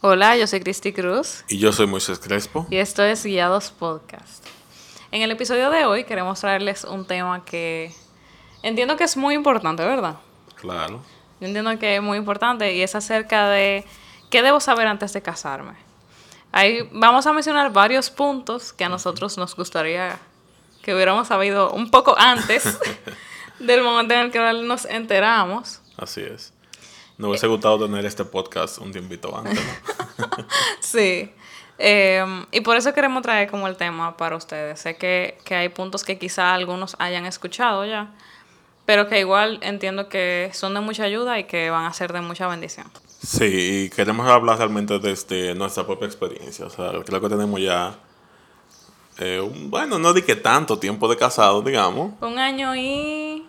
Hola, yo soy Cristi Cruz Y yo soy Moisés Crespo. y esto es Guiados Podcast. En el episodio de hoy queremos traerles un tema que entiendo que es muy importante, ¿verdad? Claro. Yo entiendo que es muy importante y es acerca de qué debo saber antes de casarme. Ahí vamos a mencionar varios puntos que a nosotros nos gustaría que hubiéramos sabido un poco antes del momento en el que nos enteramos. Así es. Nos hubiese gustado tener este podcast un tiempito antes. ¿no? Sí. Em, y por eso queremos traer como el tema para ustedes. Sé que, que hay puntos que quizá algunos hayan escuchado ya, pero que igual entiendo que son de mucha ayuda y que van a ser de mucha bendición. Sí, y queremos hablar realmente desde nuestra propia experiencia. O sea, creo que tenemos ya, eh, un- bueno, no di que tanto tiempo de casado, digamos, Un año y...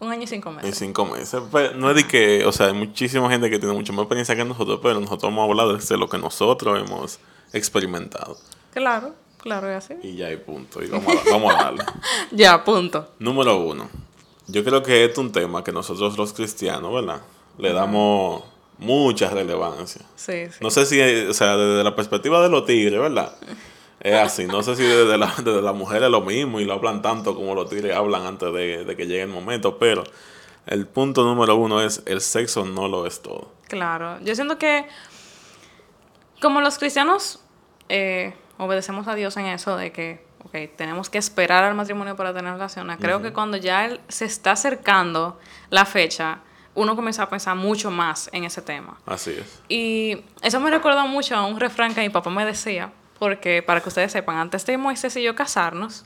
Un año y cinco en meses. cinco meses. Pero no es de que, o sea, hay muchísima gente que tiene mucha más experiencia que nosotros, pero nosotros hemos hablado desde lo que nosotros hemos experimentado. Claro, claro, y así. Y ya hay punto. Y vamos a- vamos a darle. Ya, punto. Número uno. Yo creo que este es un tema que nosotros los cristianos, ¿verdad? Le damos mucha relevancia. Sí, sí. No sé si, eh, o sea, desde la perspectiva de los tigres, ¿verdad? Es así. No sé si desde la, desde las mujeres es lo mismo y lo hablan tanto como los tigres hablan antes de, de que llegue el momento. Pero el punto número uno es el sexo no lo es todo. Claro, yo siento que como los cristianos eh, obedecemos a Dios en eso de que, ok, tenemos que esperar al matrimonio para tener relaciones. Creo que cuando ya él se está acercando la fecha, uno comienza a pensar mucho más en ese tema. Así es. Y eso me recuerda mucho a un refrán que mi papá me decía, porque para que ustedes sepan, antes de Moisés y yo casarnos,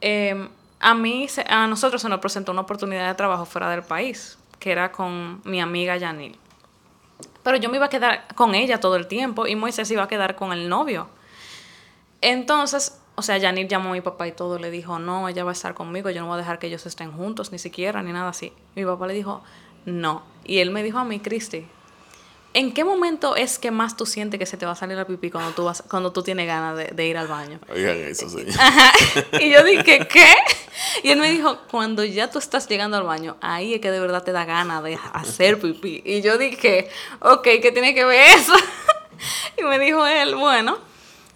eh, a mí, se- a nosotros se nos presentó una oportunidad de trabajo fuera del país, que era con mi amiga Yanil. Pero yo me iba a quedar con ella todo el tiempo y Moisés iba a quedar con el novio. Entonces, o sea, Yanil llamó a mi papá y todo, le dijo, no, ella va a estar conmigo, yo no voy a dejar que ellos estén juntos, ni siquiera, ni nada así. Mi papá le dijo, no. Y él me dijo a mí, Cristi, ¿En qué momento es que más tú sientes que se te va a salir la pipí cuando tú, vas, cuando tú tienes ganas de, de ir al baño? Oigan eso, sí. Ah, Y yo dije, ¿qué? Y él me dijo, cuando ya tú estás llegando al baño, ahí es que de verdad te da ganas de hacer pipí. Y yo dije, ok, ¿qué tiene que ver eso? Y me dijo él, bueno,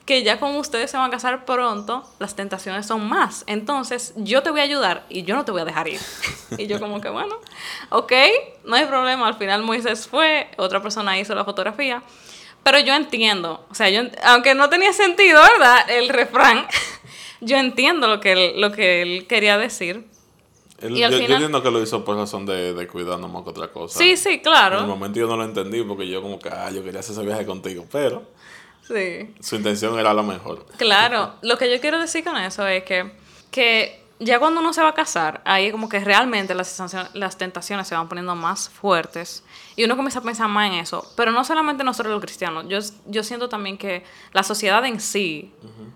que ya como ustedes se van a casar pronto, las tentaciones son más. Entonces, yo te voy a ayudar y yo no te voy a dejar ir. Y yo como que, bueno, ok, no hay problema. Al final Moisés fue, otra persona hizo la fotografía. Pero yo entiendo, o sea, yo, ent- aunque no tenía sentido, ¿verdad? El refrán, yo entiendo lo que él, lo que él quería decir. Él- Y yo, al yo final- entiendo que lo hizo por razón de, de cuidarnos más que otra cosa. Sí, sí, En el claro. momento yo no lo entendí porque yo como que, ah, yo quería hacer ese viaje contigo, pero... Sí. Su intención era la mejor. Claro, lo que yo quiero decir con eso es que, que ya cuando uno se va a casar, ahí como que realmente las, sensación- las tentaciones se van poniendo más fuertes y uno comienza a pensar más en eso. Pero no solamente nosotros los cristianos, yo, yo siento también que la sociedad en sí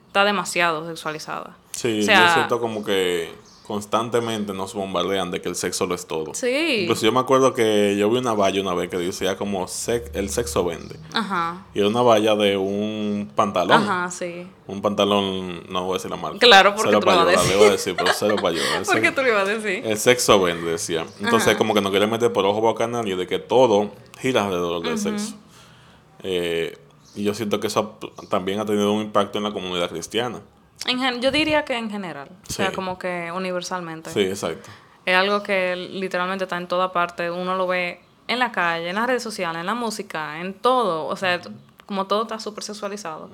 está demasiado sexualizada. Sí, O sea, yo siento como que constantemente nos bombardean de que el sexo lo es todo. Sí. Incluso yo me acuerdo que yo vi una valla una vez que decía como "Sex- el sexo vende. Ajá, Y era una valla de un pantalón. ajá, sí. Un pantalón, no voy a decir la marca. Claro, porque Cero tú lo vas a payola, decir. le iba a decir, pero cero payola. El ¿Por qué sexo- tú lo ibas a decir? El sexo vende, decía. Entonces, como que no quiere meter por ojo boca a nadie de que todo gira alrededor del sexo. Eh, y yo siento que eso ha- también ha tenido un impacto en la comunidad cristiana. En gen- yo diría que en general, o sea, Sí. como que universalmente. Sí, exacto. Es algo que literalmente está en toda parte. Uno lo ve en la calle, en las redes sociales, en la música, en todo. O sea, como todo está súper sexualizado.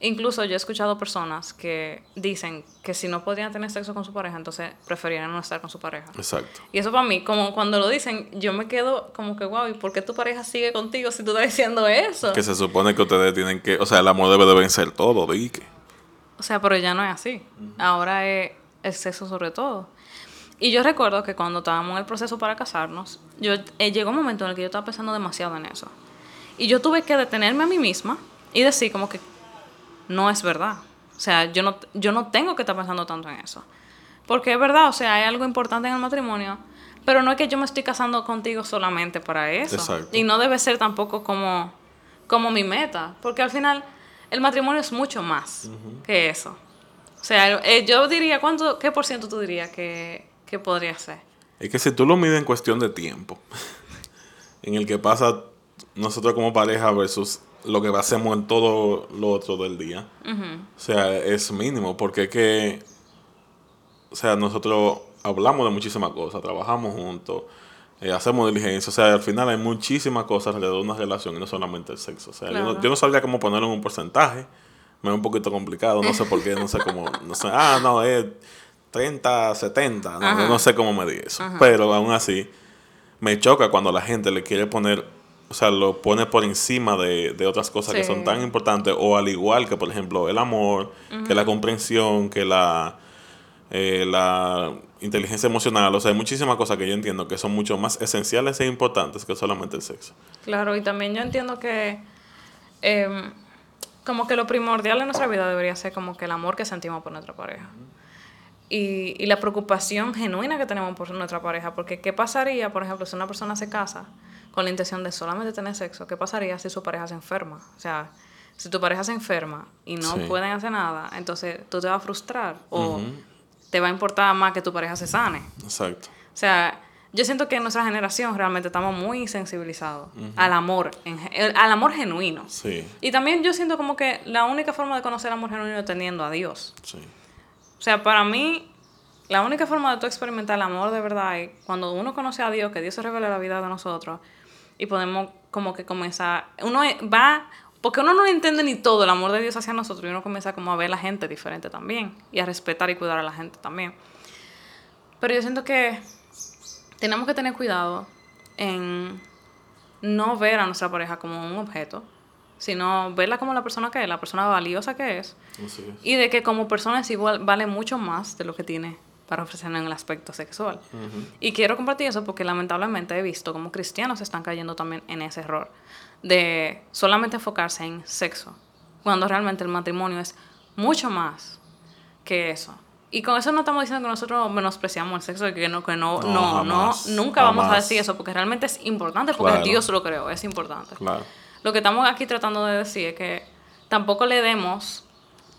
Incluso yo he escuchado personas que dicen que si no podían tener sexo con su pareja, entonces preferían no estar con su pareja. Exacto. Y eso para mí, como cuando lo dicen, yo me quedo como que, wow, ¿y por qué tu pareja sigue contigo si tú estás diciendo eso? Que se supone que ustedes tienen que, o sea, el amor debe de vencer todo, de Ike. O sea, pero ya no es así. Ahora es el sexo sobre todo. Y yo recuerdo que cuando estábamos en el proceso para casarnos, yo eh, llegó un momento en el que yo estaba pensando demasiado en eso. Y yo tuve que detenerme a mí misma y decir como que no es verdad. O sea, yo no, yo no tengo que estar pensando tanto en eso. Porque es verdad, o sea, hay algo importante en el matrimonio, pero no es que yo me estoy casando contigo solamente para eso. Exacto. Y no debe ser tampoco como, como mi meta, porque al final el matrimonio es mucho más que eso. O sea, eh, yo diría, ¿cuánto, ¿qué por ciento tú dirías que, que podría ser? Es que si tú lo mides en cuestión de tiempo, en el que pasa nosotros como pareja versus lo que hacemos en todo lo otro del día. O sea, es mínimo, porque es que, o sea, nosotros hablamos de muchísimas cosas, trabajamos juntos, eh, hacemos diligencia, o sea, al final hay muchísimas cosas alrededor de una relación y no solamente el sexo. O sea, yo, no, Claro. yo no sabría cómo ponerlo en un porcentaje, me es un poquito complicado, no sé por qué, no sé cómo, no sé, ah, no, es 30, 70, no, Ajá. no sé cómo medir eso, pero aún así me choca cuando la gente le quiere poner, o sea, lo pone por encima de, de otras cosas que Sí. son tan importantes, o al igual que, por ejemplo, el amor, que la comprensión, que la, eh, la inteligencia emocional, o sea, hay muchísimas cosas que yo entiendo que son mucho más esenciales e importantes que solamente el sexo. Claro, y también yo entiendo que em, como que lo primordial en nuestra vida debería ser como que el amor que sentimos por nuestra pareja. Y, y la preocupación genuina que tenemos por nuestra pareja, porque ¿qué pasaría, por ejemplo, si una persona se casa con la intención de solamente tener sexo? ¿Qué pasaría si su pareja se enferma? O sea, si tu pareja se enferma y no Sí. pueden hacer nada, entonces tú te vas a frustrar o Ujú. te va a importar más que tu pareja se sane. Exacto. O sea, yo siento que en nuestra generación realmente estamos muy sensibilizados al amor, en ge- el- al amor genuino. Sí, Y también yo siento como que la única forma de conocer el amor genuino es teniendo a Dios. sí. O sea, para mí, la única forma de tú experimentar el amor de verdad es cuando uno conoce a Dios, que Dios se revela la vida de nosotros y podemos como que comenzar, uno e- va, porque uno no entiende ni todo el amor de Dios hacia nosotros y uno comienza como a ver a la gente diferente también y a respetar y cuidar a la gente también. Pero yo siento que tenemos que tener cuidado en no ver a nuestra pareja como un objeto, sino verla como la persona que es, la persona valiosa que es. Así es. Y de que como persona es igual, vale mucho más de lo que tiene para ofrecer en el aspecto sexual. Y quiero compartir eso porque lamentablemente he visto como cristianos están cayendo también en ese error de solamente enfocarse en sexo, cuando realmente el matrimonio es mucho más que eso. Y con eso no estamos diciendo que nosotros menospreciamos el sexo, y que no, que no, No, no, no, jamás, nunca vamos a jamás. decir eso, porque realmente es importante, porque Claro. Dios lo creó, es importante. Claro. Lo que estamos aquí tratando de decir es que tampoco le demos,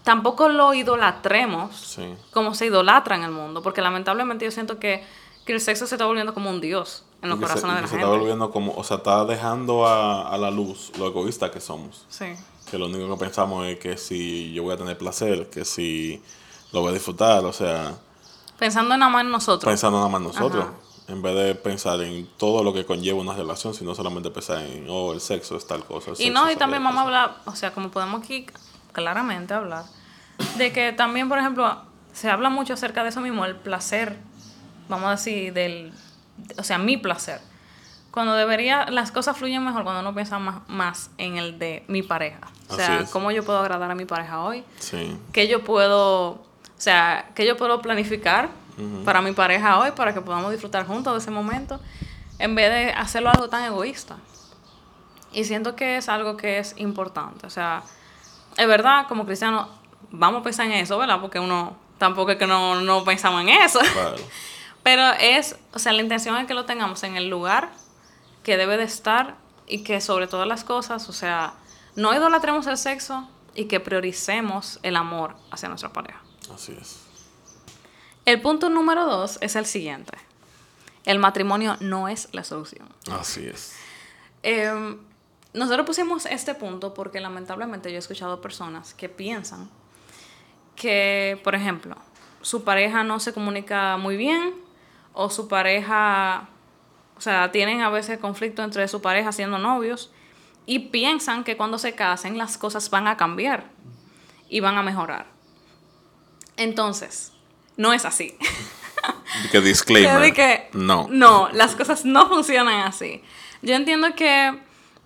tampoco lo idolatremos Sí. como se idolatra en el mundo, porque lamentablemente yo siento que, que el sexo se está volviendo como un dios en los Y que se- corazones y de que la se gente. está volviendo como, o sea, está dejando a, a la luz lo egoísta que somos. Sí, Que lo único que pensamos es que si yo voy a tener placer, que si lo voy a disfrutar, o sea, pensando nada más en nosotros. pensando nada más en nosotros. Ajá. En vez de pensar en todo lo que conlleva una relación, sino solamente pensar en, oh, el sexo es tal cosa. el y sexo no, es y también aquella vamos a hablar, o sea, como podemos aquí claramente hablar, de que también, por ejemplo, se habla mucho acerca de eso mismo, el placer, vamos a decir, del, o sea, mi placer. Cuando debería, las cosas fluyen mejor cuando uno piensa más, más en el de mi pareja. O sea, Así es. cómo yo puedo agradar a mi pareja hoy, cosa. Sí, que yo puedo, o sea, que yo puedo planificar para mi pareja hoy, para que podamos disfrutar juntos de ese momento, en vez de hacerlo algo tan egoísta. Y siento que es algo que es importante. O sea, es verdad, como cristianos, vamos a pensar en eso, ¿verdad? Porque uno tampoco es que no, no pensamos en eso. claro. Pero es, o sea, la intención es que lo tengamos en el lugar que debe de estar y que sobre todas las cosas, o sea, no idolatremos el sexo y que prioricemos el amor hacia nuestra pareja. Así es. El punto número dos es el siguiente. El matrimonio no es la solución. Así es. Eh, nosotros pusimos este punto porque lamentablemente yo he escuchado personas que piensan que, por ejemplo, su pareja no se comunica muy bien o su pareja, o sea, tienen a veces conflicto entre su pareja siendo novios y piensan que cuando se casen las cosas van a cambiar y van a mejorar. Entonces, no es así. Y Que disclaimer. Que de que- No. No, las cosas no funcionan así. Yo entiendo que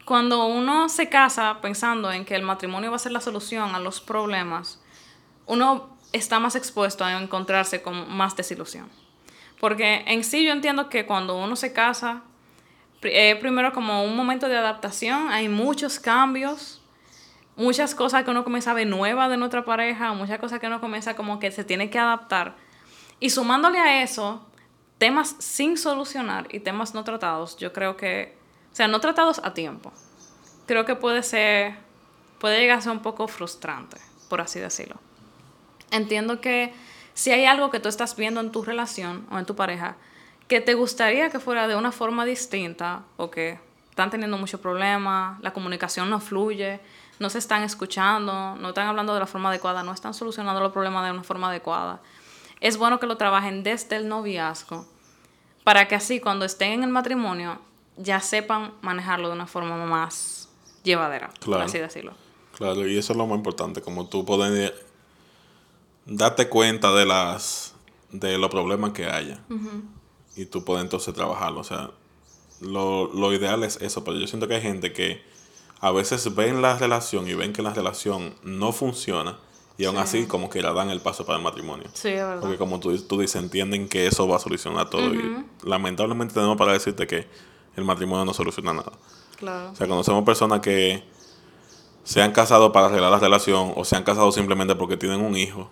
cuando uno se casa pensando en que el matrimonio va a ser la solución a los problemas, uno está más expuesto a encontrarse con más desilusión. Porque en sí yo entiendo que cuando uno se casa, pri- eh, primero como un momento de adaptación, hay muchos cambios, muchas cosas que uno comienza a ver nuevas de nuestra pareja, muchas cosas que uno comienza como que se tiene que adaptar. Y sumándole a eso, temas sin solucionar y temas no tratados, yo creo que, o sea, no tratados a tiempo, creo que puede ser, puede llegar a ser un poco frustrante, por así decirlo. Entiendo que si hay algo que tú estás viendo en tu relación o en tu pareja que te gustaría que fuera de una forma distinta o que están teniendo muchos problemas, la comunicación no fluye, no se están escuchando, no están hablando de la forma adecuada, no están solucionando los problemas de una forma adecuada. Es bueno que lo trabajen desde el noviazgo para que así cuando estén en el matrimonio ya sepan manejarlo de una forma más llevadera, por Claro. así decirlo. Claro, y eso es lo más importante, como tú puedes darte cuenta de las de los problemas que haya. Y tú puedes entonces trabajarlo, o sea, lo, lo ideal es eso, pero yo siento que hay gente que a veces ven la relación y ven que la relación no funciona y aún así como que la dan el paso para el matrimonio. Sí, es verdad. Porque como tú, dices- tú dices, entienden que eso va a solucionar todo. Y lamentablemente tenemos para decirte que el matrimonio no soluciona nada. Claro. O sea, conocemos personas que se han casado para arreglar la relación o se han casado simplemente porque tienen un hijo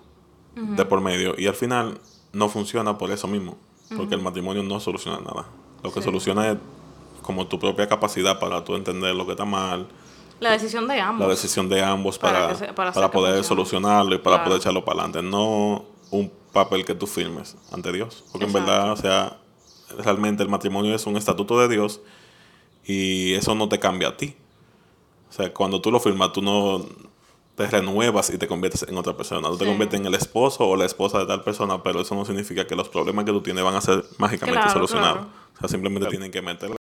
de por medio y al final no funciona por eso mismo, porque el matrimonio no soluciona nada. Lo que Sí. soluciona es como tu propia capacidad para tú entender lo que está mal, La decisión de ambos. la decisión de ambos Para para, que se- para para, hacer que poder funcione. solucionarlo y para Claro. poder echarlo para adelante, no un papel que tú firmes ante Dios. Porque en Exacto. verdad, o sea, realmente el matrimonio es un estatuto de Dios y eso no te cambia a ti. O sea, cuando tú lo firmas, tú no te renuevas y te conviertes en otra persona. Tú te Sí. conviertes en el esposo o la esposa de tal persona, pero eso no significa que los problemas que tú tienes van a ser mágicamente Claro, solucionados. claro. O sea, simplemente tienen que meter